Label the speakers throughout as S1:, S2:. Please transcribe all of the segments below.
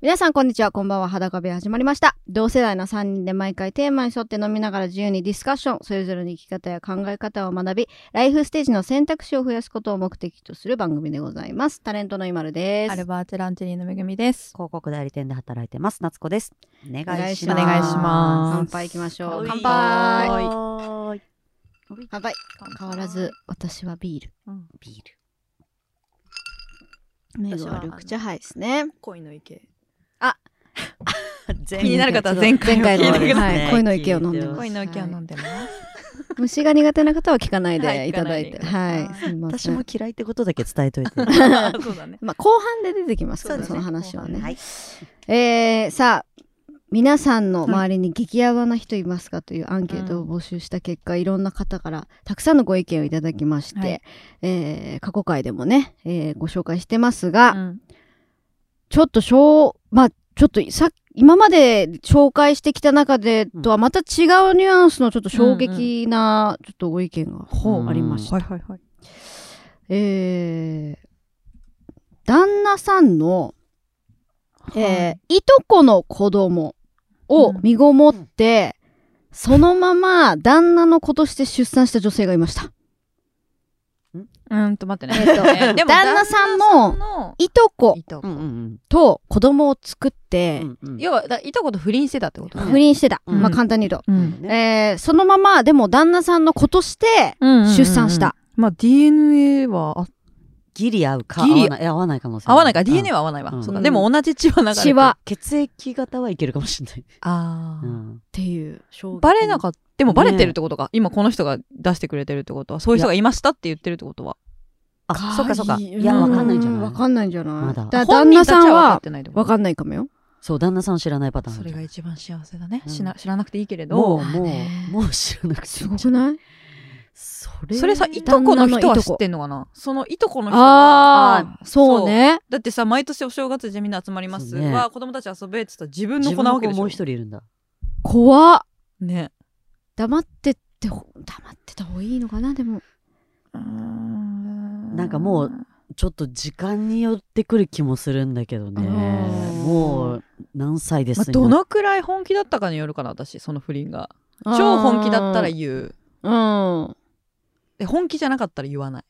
S1: 皆さん、こんにちは。こんばんは。裸部屋始まりました。同世代の3人で毎回テーマに沿って飲みながら自由にディスカッション、それぞれの生き方や考え方を学び、ライフステージの選択肢を増やすことを目的とする番組でございます。タレントの今るです。
S2: アルバーチェランチェリーのめぐみです。
S3: 広告代理店で働いてます夏子ですお願いし
S1: お
S3: ます
S1: 願い
S2: します
S1: 乾杯いきましょう。乾
S2: 乾杯
S1: 杯
S3: はい
S1: 乾杯変わらず、私はビール。
S3: ビール
S1: メグ
S2: 私は
S1: は緑茶杯ですね。
S2: 恋の池。
S3: 気
S2: になる方は前回
S1: 前回の、
S2: 聞いてください
S1: はい、恋の池を飲んでます。
S2: 恋の池を飲ん
S1: は
S2: でます。
S1: い虫が苦手な方は聞かない
S2: は
S1: で
S2: い
S1: いただいて。
S2: 聞かないで
S1: はい。すみません。
S3: 私も嫌いってことだけ伝えといて
S2: そうだね。
S1: まあ、後半で出てきますから、
S2: そう
S1: そ
S2: ですね
S1: の話はね。
S3: はい
S1: えー、さあ、皆さんの周りに激ヤバな人いますかというアンケートを募集した結果、いろんな方からたくさんのご意見をいただきまして、
S2: はい
S1: えー過去回でもね、えーご紹介してますが、
S2: うん
S1: ちょっとしょう、まあ、ちょっとさ今まで紹介してきた中でとはまた違うニュアンスのちょっと衝撃なちょっとご意見が、ほう
S3: うん
S1: ありました。
S2: はいはいはい。
S1: えー旦那さんの、
S2: は
S1: えーいとこの子供を身ごもって、そのまま旦那の子として出産した女性がいました。
S2: うーんと待ってね。
S1: えっと
S2: えーでも
S1: 旦那さんも
S2: 旦那さんの
S1: いとこ
S2: いと
S3: う
S2: こ
S3: んうん
S1: と子供を作って
S3: う、んうん
S2: 要はだいとこと不倫してたってこと
S1: 不
S2: ね。
S1: 倫してた。
S3: うん
S1: まあ簡単に言うと。
S2: うん
S3: ね
S1: えーそのまま、でも旦那さんの子として出産し。
S2: うんうんうん
S1: た。
S2: まあ DNA はあ
S3: ギリ合うか
S2: ギリ
S3: 合わない合わないかもしれない
S2: 合わないから
S3: うん
S2: DNA は合わないわ
S3: うん。
S2: そうかでも同じ血は流れてる
S1: 血は。
S3: 血液型はいけるかもしれない
S2: あ
S3: う
S2: あ。
S3: ん
S1: っていう衝撃
S2: バレなかった。でもバレてるってことか。今この人が出してくれてるってことは、そういう人がいましたって言ってるってことは。
S3: あそっかそっか
S1: い
S3: いやわかんないんじゃ
S1: うわ
S3: ない
S1: かんないんじゃない
S3: まだ
S1: から
S2: 本
S1: 旦
S2: 人
S1: 那
S2: たち
S1: さん
S2: は分かっ
S1: は
S2: てないってこと
S1: わかんないかもよ。
S3: そう旦那さん知らないパターン
S2: それが一番幸せだね。
S3: うん
S2: 知ら知らなくていいけれ
S3: も
S2: ど
S3: う。もうもう知らなくてい
S1: す
S3: い
S1: ごくない
S3: そ
S2: それさ、いとこの人は知ってんのかなそのいとこの人は
S1: ああ、そう。ね。
S2: だってさ、毎年お正月じゃあみんな集まります
S3: そうね
S2: は、子供たち遊べって言ったら自分の
S3: 自
S2: 子
S3: 分
S2: な
S3: の
S2: わけ
S3: 子
S2: でしょ。
S3: もう一人いるんだ
S1: 怖っ
S2: ね。
S1: 黙ってってほ、黙ってた方がいいのかな、でも。
S2: な
S3: なんかもう、ちょっと時間によってくる気もするんだけどね
S2: うん
S3: もう何歳です
S2: まあ、
S3: になっ
S2: どのくらい本気だったかによるかな、私、その不倫が。超本気だったら
S1: い。
S2: 言う。
S1: うん。
S2: で本気じゃなかったら言わない。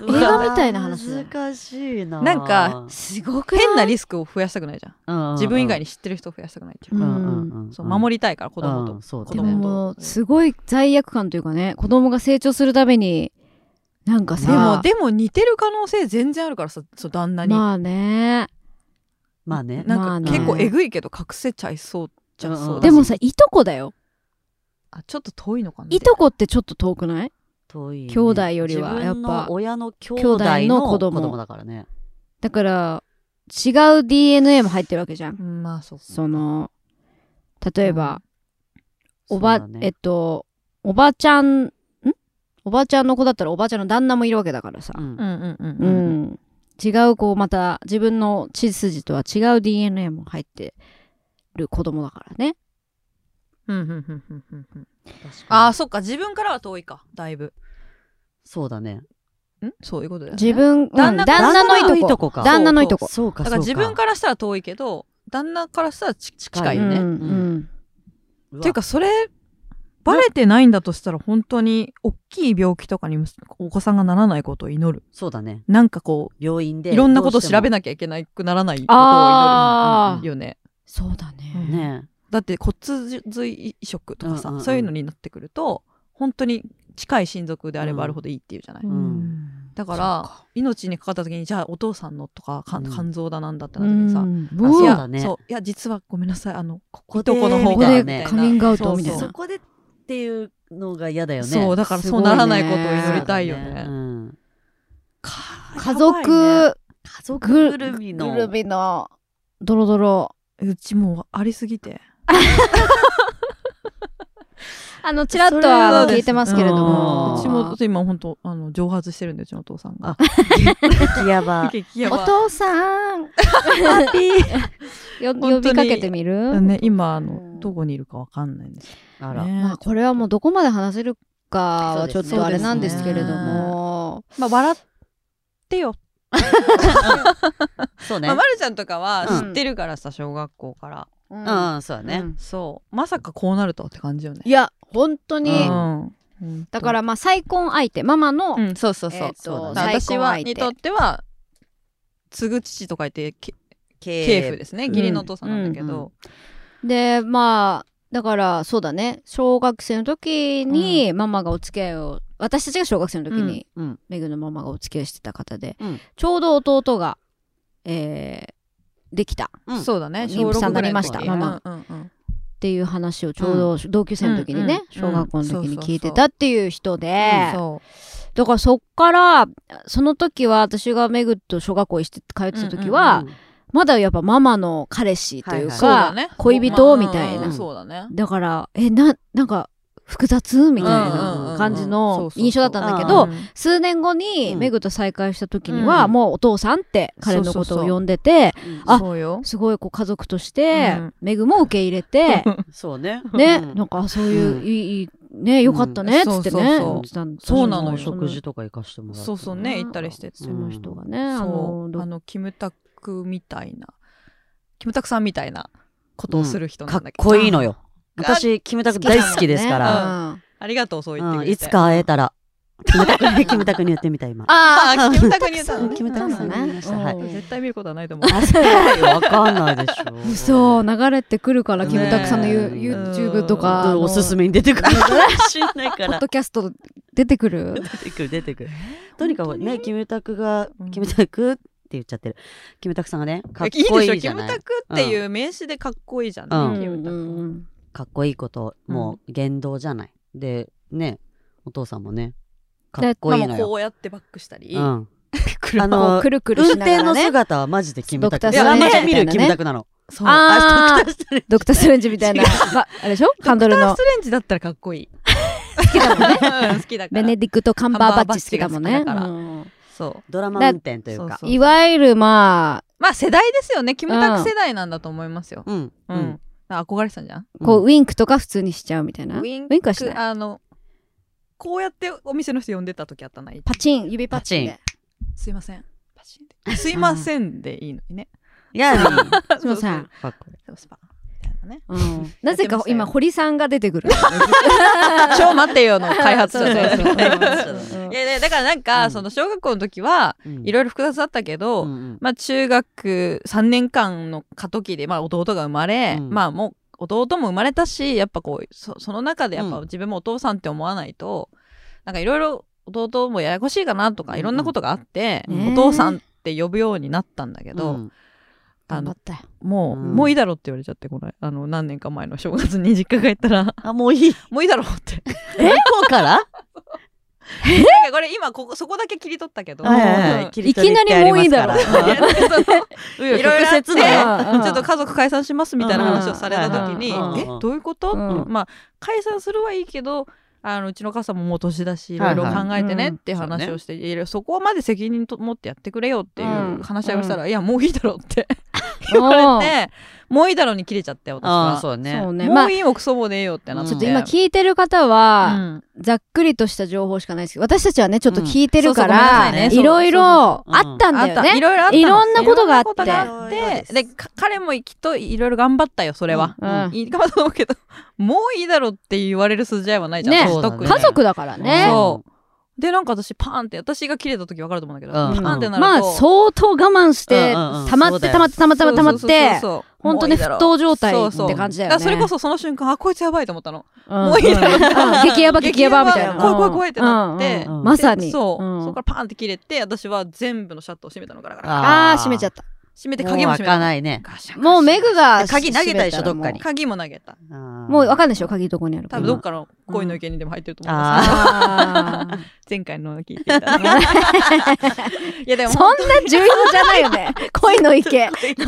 S1: 映画みたいな話だよ
S3: 難しいな
S2: なんか
S1: すごくない
S2: 変なリスクを増やしたくないじゃん。自分以外
S3: に
S2: に知ってる人を増やしたくないっていううか。
S1: ん
S2: そう守りたいから、子供
S3: うん
S2: と。
S3: そうだ
S2: 子
S1: で
S3: ね
S2: 供
S1: も
S2: と
S1: も。う、すごい罪悪感というかね、子供が成長するために、なんか
S2: でも、
S1: さ、
S2: でも似てる可能性全然あるからさ、そう旦那に。
S1: まあね。
S3: まあね
S1: な
S2: なんん
S1: か
S2: か、
S1: まあね
S2: 結構えぐいけど隠せちゃいそうじゃ
S3: うんうん
S2: そうだし
S1: でもさ、いとこだよ。
S2: あちょっと遠いのかない
S1: とこってちょっと遠くない
S3: 遠いね
S1: 兄弟よりはやっぱ
S3: 自分の親の兄
S1: 兄弟
S3: 弟
S1: の
S3: の
S1: 子
S3: 子
S1: 供
S3: 供だからね
S1: だから、違う DNA も入ってるわけじゃん。
S2: うんまあそう
S1: その、例えば、おば、
S3: そうだね
S1: えっと、おばちゃん、んおばちゃんの子だったらおばちゃんの旦那もいるわけだからさ
S3: う。ん
S2: うんうんう
S1: う。
S2: んうんん
S1: 違う子、また自分の血筋とは違う DNA も入ってる子供だからね。
S2: うんうんうんうんうんうん
S3: 確かに
S2: あーそっか自分からは遠いかだいぶ
S3: そうだね
S2: んそういうことだよね
S1: 自分、うん旦
S2: 旦
S1: 那
S2: 那
S1: のいとこ。
S3: こか
S1: 旦那のいとこ。
S3: そうか
S2: だ
S3: そ
S2: か
S3: う
S2: ら
S3: か
S2: 自分からしたら遠いけど旦那からしたらち近
S3: ら
S2: い
S1: うん
S2: よね、
S1: う
S2: っ
S1: んうん
S3: うわ
S2: ていうかそれバレてないんだとしたら本当に大きい病気とかにむすお子さんがならないことを祈る
S3: そうだね
S2: なんかこ
S3: 病院
S2: う
S3: で
S2: いろんなことを調べ
S3: な
S2: なきゃいけなくならないことを
S1: あ
S2: 祈る
S1: あ、
S2: よね
S1: そうだね。
S3: ね
S2: だって骨髄移植とかさ、
S3: うんうんうん
S2: そういうのになってくると本当に近い親族であればあるほどいいっていうじゃない、
S3: ん
S2: だから命にかかった時にじゃあお父さんのとかか
S3: うん
S2: 肝臓だなんだって
S1: う
S2: なった時にさ、
S1: ん。
S3: あ
S1: う
S2: い
S3: そう
S2: や
S1: わ
S3: だね
S2: そういや実はごめんなさいあの
S3: ここ
S2: いとこの方
S1: ここ
S2: が
S1: で
S2: みたいな
S1: カミングアウトみたいな
S2: そう
S3: そこでっていうのが嫌だよね
S2: そうだからそうならないことを祈りたいよ
S3: そうだ
S2: ね
S3: うん
S1: 家
S2: やばいね
S1: 族
S3: 家族ぐるみの
S1: ぐるみのドロドロ。
S2: うちもうありすぎて
S1: あの、ちらっとはあの聞いてますけれども。
S3: あー
S2: うちも今本当あの蒸発してるんでうちのお父さんが
S3: あ激 ヤバ
S2: 激ヤ
S1: お
S2: バ
S1: 父さん よ呼
S2: 本当
S1: び
S2: に
S1: かけてみる、
S2: ね今あ
S1: うん
S2: のどこにいるかわかんないんです
S3: あ
S2: よ
S3: ら、
S2: ね
S1: まあ、これはもうどこまで話せるかはちょっとあれなんですけれども、
S2: まあ笑ってよ
S3: そうね
S2: まあ、まるちゃんとか
S3: う
S2: は
S3: ん
S2: 知ってるからさ、小学校から
S1: うん
S3: うん、そうだね。
S2: そうまさかこうなるとはって感じよね
S1: いや本当に、
S3: うん
S2: うん
S1: だからまあ再婚相手ママの、
S2: うんそうそうそう、
S1: えーと
S3: そうだ
S1: 再婚
S2: 私は
S1: 相手
S2: にとっては継ぐ父と書いてけ
S3: 経
S2: 継父ですね
S3: うん
S2: 義理のお父さんなんだけど、
S1: でまあだからそうだね小学生の時にママがお付き合いを私たちが小学生の時に、
S3: うん
S1: めぐのママがお付き合いしてた方で、
S3: うん
S1: ちょうど弟が、えーできたっ
S3: うん
S2: そうだね
S1: 妊婦
S2: 小
S1: さん
S2: 6
S1: にな
S2: ぐら
S1: り
S2: い
S1: ま
S2: の
S1: した
S2: 時
S1: ママ
S2: うんうんうん
S1: ていう話をちょうど同級生の時にね、
S2: うんうん
S1: 小学校の時
S2: うん
S1: に聞いてたっていう人で、
S2: そ
S1: だからそっからその時は私がめぐと小学校して通ってた時は、
S3: うん
S1: まだやっぱママの彼氏という
S3: はいはい
S2: うん
S1: か、
S2: そうだね
S1: 恋人みたい
S2: うん
S1: な、
S2: うんそうだね
S1: だからえななんか複雑みたいな感じの印象だったんだけ
S3: う
S1: ど
S2: う
S1: 数年後に
S3: うん
S1: メグと再会した時には、
S2: うん
S1: もうお父さんって彼のことを呼んでてあ
S3: あ、
S2: そうよ
S1: すごいこう家族として
S2: うん
S1: メグも受け入れ て、
S3: そうね。
S1: ね
S3: うん
S1: なんかそういう、
S3: うん
S1: いいいいねよかったねっ
S2: うん
S1: つってね、
S2: そうそうそう
S1: 言ってたん
S2: そうなのよ
S1: そ
S3: 食事とか行かしてもらって。
S2: そうそうね行ったりして
S1: その人がね、あ
S2: そ
S1: の
S2: う
S1: ど
S2: あのキムタクみたいなキムタクさんみたいなことをする人な
S3: か
S2: ん
S3: っ
S2: だけど、
S3: こいいのよ。
S2: が
S3: 私、キムタク大好きですから。
S1: ね
S2: ありがとうそう言ってく
S3: うん
S2: れて、
S3: いつか会えたら、キムタク、 キムタクに言ってみた、今。
S1: あ
S2: あキムタクに言った
S3: う
S2: の
S3: んキムタクさんに言いました。はい。
S1: うん
S2: 絶対見ることはないと思う
S3: わかんないでしょ。
S1: ー嘘流れてくるからキムタクさんのユ
S3: ね
S1: ー YouTube とかあの
S3: おすすめに出てくるかもしれないか
S1: ポッ
S3: ら
S1: ドキャスト出てくる
S3: 出てくる出てくるとにかくねキムタクが
S2: うん
S3: キムタクって言っちゃってるキムタクさんがねかっ
S2: いい
S3: こ
S2: でし
S3: い
S2: ょ
S3: いじ
S2: キ
S3: ゃ
S2: ム
S3: ない
S2: タクっていう名詞でかっこいいじゃん、
S3: うん
S2: キムタク、
S1: うん
S3: かっこいいこともう言動じゃないでねお父さんもねかっこいいの
S2: まあもうこ
S3: よ
S2: うやってバックしたり、
S3: うん
S2: 車
S3: あ
S1: こう
S3: の
S1: くるくる
S3: 運
S1: しなが
S3: 転
S1: ら
S3: の
S1: ね。
S3: 姿はマジでキムタ
S1: ド
S3: ク
S1: ク
S3: い
S1: ター
S3: や
S1: ストレンジ
S3: マジで見る
S1: みたいなね
S3: キムタクなのそう
S1: あー
S3: ドクターストレンジ
S1: ドクターストレンジみたいな、まあれでしょハンドル
S2: ドクター
S1: の
S2: ストレンジだったらかっこいい。好き だもんね。好きだか
S1: ベ
S2: ら。
S1: ネディクト・カンバーバッチ好きだもんね
S2: カン。バーバッチが好そう。
S3: ドラマ運転という
S2: だ
S3: か
S1: うんいわゆるま
S2: まあ世代ですよね。キムタク世代なんだと思いますよ。
S3: うん
S2: うん。憧れてたんじゃん。
S1: あこうウィンクとか普通にしちゃうみたいな。
S2: ン
S1: ウィンクはしない
S2: あの、こうやってお店の人呼んでた時あったな。
S1: パチン指パチンで。
S2: すいません。パチンってすいませんでいいのにね。
S3: いやでもいい
S2: そ う
S1: すいません
S2: そう
S3: かっこいい
S2: そうスパみたいなね。
S1: うんなぜか今堀さんが出てくる。
S2: 超待てよの開発
S1: そう
S2: 者
S1: そう
S2: ね
S1: そう
S3: 開発者だ
S1: うん
S2: いやいやだからなんか、
S3: うん
S2: その小学校の時は
S3: うん
S2: いろいろ複雑だったけど、
S3: うんうん
S2: まあ、中学3年間の過渡期で、まあ、弟が生まれ、
S3: うん
S2: まあもう弟も生まれたしやっぱこうそその中でやっ
S3: う
S2: ぱ
S3: ん
S2: 自分もお父さんって思わないと、なんかいろいろ弟もややこしいかなと
S3: うん
S2: か
S3: うん
S2: いろんなことがあって、
S1: ねえ
S2: お父さんって呼ぶようになったんだけど、
S3: うん
S2: あ
S1: 頑張
S2: の
S1: ったよ。
S2: もう、
S3: うん
S2: もういいだろって言われちゃってこのあの何年か前の正月に実家帰ったら
S3: あ もういい
S2: もういいだろって
S3: え向こうから
S2: なんかこれ今ここそこだけ切り取ったけど、
S3: はいはい
S2: うん
S3: はい切り取りってありますか
S1: い
S3: ら
S1: きなりもういいだろ
S2: いやなんかその
S3: 紆余
S2: いろいろあって
S3: 曲折だよ
S1: うん
S2: ちょっと家族解散しますみたいな話をされた時に、
S3: うん
S2: えどういうこと、
S1: うん
S2: まあ解散するはいいけどあのうちの母さんももう年だしい
S3: は
S2: ろ
S3: い
S2: いろ
S3: はい
S2: 考えてね
S1: うん
S2: って話をして、いろいろそこまで責任と持ってやってくれよってい
S1: うん
S2: う話し合いをしたら、いやもういいだろうって
S1: 言
S2: 言われてもういいだろうに切れちゃって私
S3: ああ
S2: は
S3: ーそうね
S1: そうね。ま
S2: も
S1: あ
S2: ういいもクソもねえよってなって、
S1: ちょっと今
S2: い
S1: 聞いてる方はざっくりとした情報しかないですけど、私たちはねちょっと聞いてるか
S2: うんそうそうごめんな
S1: ら
S2: さいねそう
S1: いろいろあ
S3: そうそうそううん
S1: ったんだよね
S2: い。ろいろあったの
S1: いろんなことがあって
S2: いろんなことがあってでか彼もきっといろいろ頑張ったよそれは、
S1: うん
S2: いい かもと思うけどもういいだろうって言われる筋合いはないじゃん、
S1: ね
S2: 私特に
S1: 家族だからね。
S2: そうでなんか私パーンって私が切れた時分かると思うんだけど、
S3: うん
S2: パーンってなると、
S1: まあ相当我慢して
S3: うんうんうん
S1: 溜まって溜まって溜まって溜まって溜まってほんとね沸騰状態
S3: って感
S1: じだよね
S2: からそれこそその瞬間あこいつやばいと思ったの
S1: うん
S2: もういいだろ
S1: うん激ヤバ激ヤバみたいな
S2: 激ヤバ怖い怖い怖いってなって
S1: うんうんまさ
S2: で
S1: に
S2: そう、
S1: ん
S2: そこからパーンって切れて私は全部のシャッターを閉めたのガラガラ
S1: あー閉めちゃった
S2: 閉めて鍵
S3: 鍵も
S2: も閉め
S3: 開か
S2: た
S3: ないね
S2: ガシャンガシャン
S1: もうメグが
S3: 鍵投げたでしょ
S1: 閉めら
S3: どっかに
S2: 鍵も投げた
S1: もうわ
S3: 分
S1: かんないでしょ鍵どこにあるか
S2: 多分どっかの恋の意見にでも入ってると思います、
S1: あー
S2: 前回の聞いていただい たいやでも
S1: そんな重要じゃないよね恋の池のそんな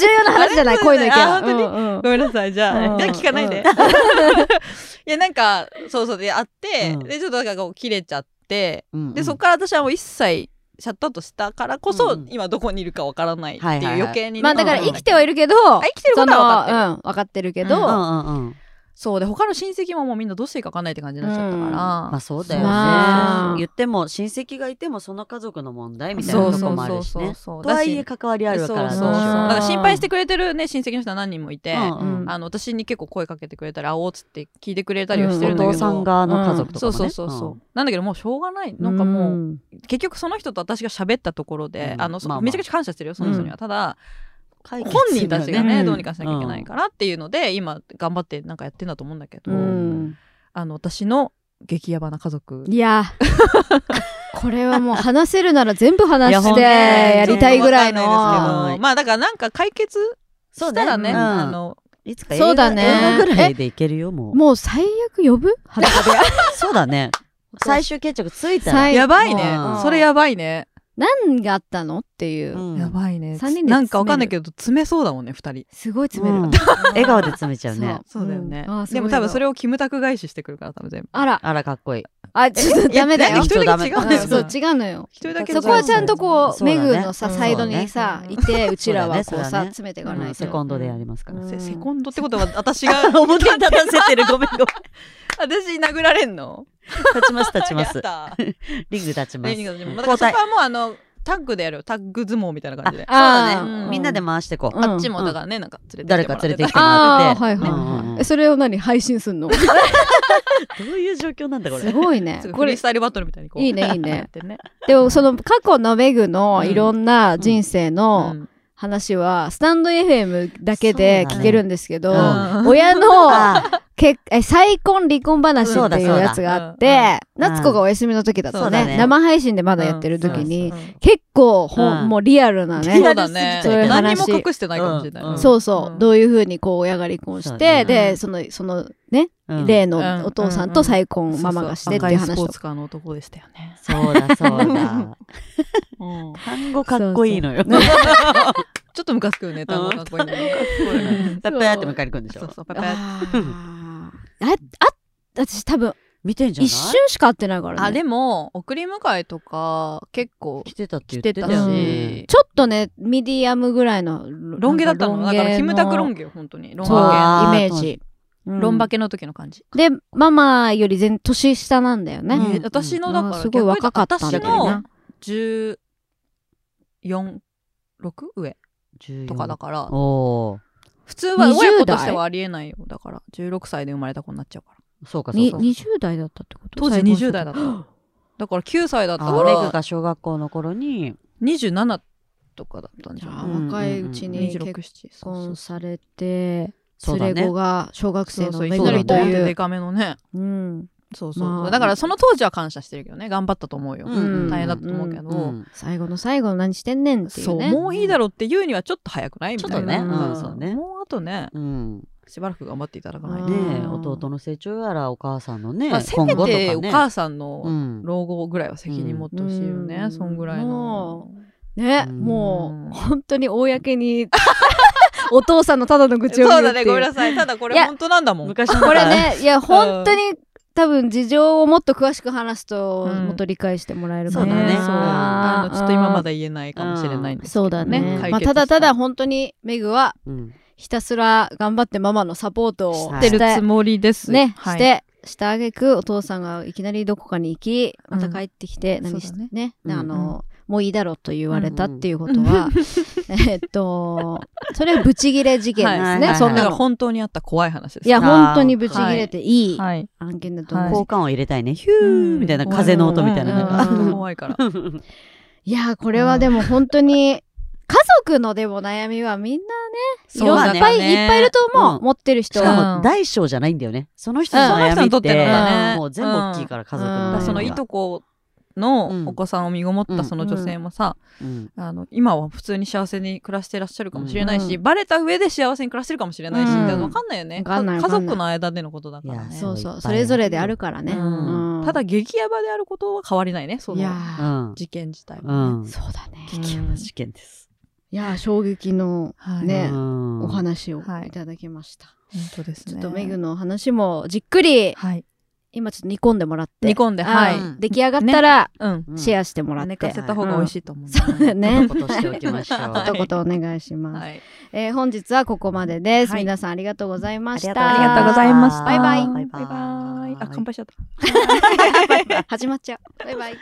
S1: 重要な話じゃない恋の池は
S2: あ本当に
S1: うんうん
S2: ごめんなさい、じゃ
S1: う
S2: あ。
S1: ん
S2: いや、聞かないで。
S1: うん
S2: いや、なんか、そうそう、で、あって、
S3: うん
S2: で、ちょっとなんかこう、切れちゃって、
S3: で
S2: で、そこから私はもう一切、シャットアウトしたからこそ、
S3: うんうん
S2: 今どこにいるかわからないって
S3: はいいはいうはい
S2: 余計にね、
S1: まあだから
S2: うん
S1: 生きてはいるけど
S2: あ生きてることは分かってる
S1: そのうん分かってるけ
S2: うん
S1: ど
S3: うんうんうん
S2: そうで他の親戚ももうみんなどうしていいか分かんないって感じになっちゃったから、
S1: うん
S3: まあそうだよね、
S1: まあ
S3: 言っても親戚がいてもその家族の問題みたい
S2: そ
S3: な
S2: う
S3: と
S2: そ
S3: こ
S2: う
S3: もあ
S2: そ
S3: る
S2: う
S3: し
S2: そう
S3: ね
S2: そう
S3: とはいえ
S2: だし
S3: 関わりある
S2: そ
S3: か
S2: うそう
S3: ら
S2: だ
S3: どうし
S1: う
S3: よ
S2: から心配してくれてるね親戚の人は何人もいて、
S3: う、うん
S1: うん
S2: あの私に結構声かけてくれたら「あおう」っつって聞いてくれたりはしてるんだけど、
S3: お父さん側の家族とか
S2: そ
S3: もね、
S2: うそうそうそう、
S3: ん
S2: なんだけどもうしょうがないなんかもう、
S3: ん
S2: 結局その人と私が喋ったところで、
S3: うん
S2: あのそ
S3: まあまあ
S2: めちゃくちゃ感謝してるよその人には、ただ
S3: 解決
S2: 本
S3: するよね
S2: 人たちがね
S1: うん
S2: どうにかしなきゃいけないからっていうので、今頑張ってなんかやってんだと思うんだけど、
S1: うん
S2: あの私の激ヤバな家族
S1: い やこれはもう話せるなら全部話して
S3: いや
S1: やりたいぐらい
S2: ちょっとわかんない
S1: の
S2: ですけどまあだからなんか解決したらね
S3: そうねうん
S2: あの
S3: いつか映
S1: そう
S3: 画
S1: だ
S3: 映
S1: ね
S3: 画ぐらいでいけるよもう
S1: もう最悪呼ぶ 裸部屋
S3: そうだね最終決着ついたら、
S1: 最
S2: やばいね、
S3: うん
S2: それやばいね、
S1: 何があったのっていう、
S3: うん
S2: やばいね
S1: 三人で詰める
S2: なんかわかんないけど詰めそうだもんね二人
S1: すごい詰める、
S3: うん笑顔で詰めちゃうね
S2: そうだよね、
S1: うんあーすごい
S2: でも多分それをキムタク返ししてくるから多分全部
S1: あら
S3: あらかっこいい
S1: あち ょっとダメだ
S2: え
S1: よ
S2: 一人だけ違
S3: ダ
S2: うん
S3: メ
S1: う
S2: で
S1: ん
S2: す
S1: そ
S2: よ
S1: う違うのよ
S2: 一人だけ
S1: そこはちゃんとこう
S3: そうだ
S1: メ
S3: ね
S1: グのさ
S3: うん
S1: サイドにさ
S2: そう
S1: い
S2: だ
S1: てうちらはこう
S3: そうだ
S1: さ
S3: ね
S1: 詰めていかな
S3: うん
S1: い
S3: セ
S1: と
S3: コンドでやりますから、
S1: うん
S2: セセコンドって ことは私が
S3: 表に立たせてるごめんごめん
S2: 私殴られんの
S3: 立ちます立ちます
S2: やった
S3: リング立ちます
S2: レイニングでもまあだ
S3: 交
S2: から
S3: 代
S2: そこはもうあのタッグでやるよタッグ相撲みたいな感じであ
S1: あ
S3: そうだね
S2: うん
S3: みんなで回してこう、
S1: うん
S2: っちもだからねなんか連れてきてもらって
S3: 誰か連れてきても
S2: あ
S3: らっ
S1: あ
S3: て
S1: ーはいはい
S3: うんうんうん
S1: えそれを何配信す んの
S3: どういう状況なんだこれ
S1: すごいね
S2: すごい
S1: こ
S2: フリー
S1: れ
S2: スタイルバトルみたいにこう
S1: いいねいいね
S2: やってね
S1: でもその過去のメグのいろんな人生の
S2: ん
S1: 話はスタンド FM だけで聞けるんですけど、
S3: そうだね
S2: うん
S1: 親の
S3: あー
S1: 結え再婚離婚話っていうやつがあって、
S3: そうだうん
S1: 夏子がお休みの時だった
S2: そうだ
S1: ね
S2: ね
S1: 生配信でまだやってる時に、
S2: うん
S1: 結構ほん、
S3: うん
S1: もうリアルな
S2: そう
S1: ね
S2: だね
S1: そういう話
S2: 何も隠してないかもしれない、
S3: うん
S1: そうそう、
S2: うん
S1: どういうふうにこう親が離婚
S3: そ
S1: し
S3: う
S1: て、
S3: だね
S1: でそのそのね、
S3: うん
S1: 例
S2: うん
S1: のお父さんと再婚をママがしてっていう
S2: そう
S1: 話
S2: そう赤いスポー
S1: と
S2: ツカーの男でしたよね、
S3: そうだそうだ単語かっこいいのよ
S1: そう
S2: ちょっとムカつくよね単語かっこいいのね
S3: だっぱやって迎えに来るんでし
S2: そう
S3: ょ
S2: そうパパや
S1: あーああ私多分
S3: 見てんじゃない
S1: 一瞬しか会ってないから
S2: あ
S1: ね
S2: でも送り迎えとか結構
S3: 来てたって言
S2: 来
S3: って
S2: て
S3: た
S2: た
S3: よ
S1: し
S3: ね
S2: し
S1: ちょっとねミディアムぐらいのロ
S2: ロン毛だったのだからキムタクロン
S1: 毛
S2: 毛よ本当にロン
S1: そう
S2: バ
S3: あー
S1: イメージ、
S2: ケロンバ
S1: ケ
S2: ケの時の感じ、
S1: でママより全年下なんだよね、
S3: うん
S2: ね私のだから、
S1: あーすごい若かったんだよ
S2: 逆
S1: ね
S2: に私の146上
S3: 14
S2: とかだから
S3: おー
S2: 普通は親
S1: 20
S2: 子
S1: 代
S2: としてはありえないよだから16歳で生まれた子になっちゃうから
S3: そうかそう
S1: に
S3: か
S1: 20代だったってこと
S2: 当時20代だっただから9歳だった
S3: あ
S2: か
S3: ーレグ
S2: ら
S3: が小学校の頃に
S2: 27とかだったんじゃ
S1: ああ
S2: ない
S3: うん
S1: 若いうちに
S2: 2 6
S1: 結
S2: 7そうそう
S1: 婚されて
S3: そうだ
S1: 連れ子
S3: ね
S1: が小学
S2: そ
S1: 生
S2: う
S1: の
S2: そうい
S1: め
S2: き
S1: ぐ
S2: な
S1: り
S2: り
S1: と
S2: ドンっ
S1: い
S2: て
S1: う
S2: デカめのね
S1: うん
S2: そうそうそう、
S1: まあ
S2: だからその当時は感謝してるけどね頑張ったと思うよ、
S3: うん
S2: 大変だったと思うけど、
S3: うん
S1: 最後の最後の何してんねんってい
S2: そうう
S1: ね
S2: もういいだろうって言うにはちょっと早くないみたいな
S1: ちょっとねうん
S2: ん
S3: そうね
S2: もうあとね
S3: うん
S2: しばらく頑張っていただかないと、
S1: うん
S3: ねえ弟の成長やらお母さんのね
S2: まあ、せ
S3: 今
S2: め
S3: 後とか
S2: てお
S3: ね
S2: 母さんの
S3: うん
S2: 老後ぐらいは責任持ってほしいよね、
S1: うん
S2: そんぐらいの
S1: も、ね
S3: うん
S1: もう本当に公に お父さんのただの愚痴を
S2: そう
S1: 言う
S2: だ
S1: ってい
S2: ね
S1: う
S2: ごめんなさいただこ
S1: い
S2: れ
S1: や
S2: 本当なんだもん
S3: 昔の
S1: これねいや本当に多分事情をもっと詳しく話すと
S2: うん
S1: もっと理解してもらえるか
S3: そうだ
S1: な
S3: ね
S2: そうあのちょっと今まだ言えないかもしれないんですけど
S1: そうだね
S3: うん
S1: まあ
S2: 解
S1: た
S2: 決した
S1: だただ本当にメグは
S3: うん
S1: ひたすら頑張ってママのサポートを
S3: は
S2: して
S3: い
S1: し
S2: る
S1: て
S2: つもりです
S1: ね、
S2: は
S1: し
S2: い
S1: てしたあげくお父さんがいきなりどこかに行きまた
S2: うん
S1: 帰ってきて、何し
S2: そう
S1: て
S2: だ
S1: ね
S2: ね
S1: で
S3: うん
S1: あの、もういいだろうと言われたっていうことは、えっとそれはブチギレ事件ですね、
S3: はいはいはい
S1: そん
S2: だ
S1: な
S2: から
S1: の
S2: 本当にあった怖い話です
S1: いや
S2: は
S1: 本当にブチギレていい
S2: い
S1: 案件だと思う、
S2: は
S1: い
S2: い
S3: 交換音入れたいねヒューみたいな風の音みたいななんか
S1: うん
S2: 怖いから
S1: やーこれはでも本当に家族のでも悩みはみんな
S2: そ
S1: いろ
S2: うん
S1: な
S2: だ
S1: い
S2: ね
S1: っぱいいっぱいいると思う、
S3: うん
S1: 持ってる
S3: し
S1: 人は
S3: かも大小じゃないんだよねその人の
S1: うん
S3: 悩み
S2: その人にと
S3: っ
S2: っての
S1: だ
S3: て
S2: ね
S3: もう全部大きいから家族の
S1: うん
S2: だか
S3: 悩みが
S2: らそのいとこのお子さんを身ごもったその女性もさ、
S3: うん
S2: あの今は普通に幸せに暮らしてらっしゃるかもしれないし、
S1: う
S2: バレた上で幸せに暮らしてるかもしれないし、
S1: うん
S2: だから分かんないよね
S1: 分かんない
S2: か
S1: 分
S2: 家
S1: かんない
S2: 族の間でのことだから
S3: いや
S2: ね
S1: そうそ
S3: そうう
S1: それぞれであるからね、
S3: うん
S1: うん
S2: ただ激ヤバであることは変わりないねそ
S1: い
S2: の
S1: や
S3: う
S1: ー、
S3: ん
S2: 事件自体
S3: う
S2: はね、
S3: ん
S1: そうだね、
S2: うん
S3: 激ヤバ事件です
S1: いやー衝撃の
S2: はい
S1: ね
S3: うん
S1: お話を
S2: はい
S1: いただきました、
S2: 本当ですね
S1: ちょっとメグの話もじっくり
S2: はい
S1: 今ちょっと煮込んでもらって
S2: 煮込んで、はい。
S1: うん出来上がったら、
S2: うん。
S3: うん
S1: シェアしてもらって、
S2: 寝かせた方が美味しいと思う。
S1: そうだね
S3: ことしておきましょう。
S2: は
S1: 一言お願いします、
S2: はい。
S1: えー本日はここまでです、
S2: はい
S1: 皆さんありがとうございました
S2: ありがとうございました。
S1: バイバイ
S2: バイバイ。あ、乾杯しちゃった。
S1: 始まっちゃうバイバイ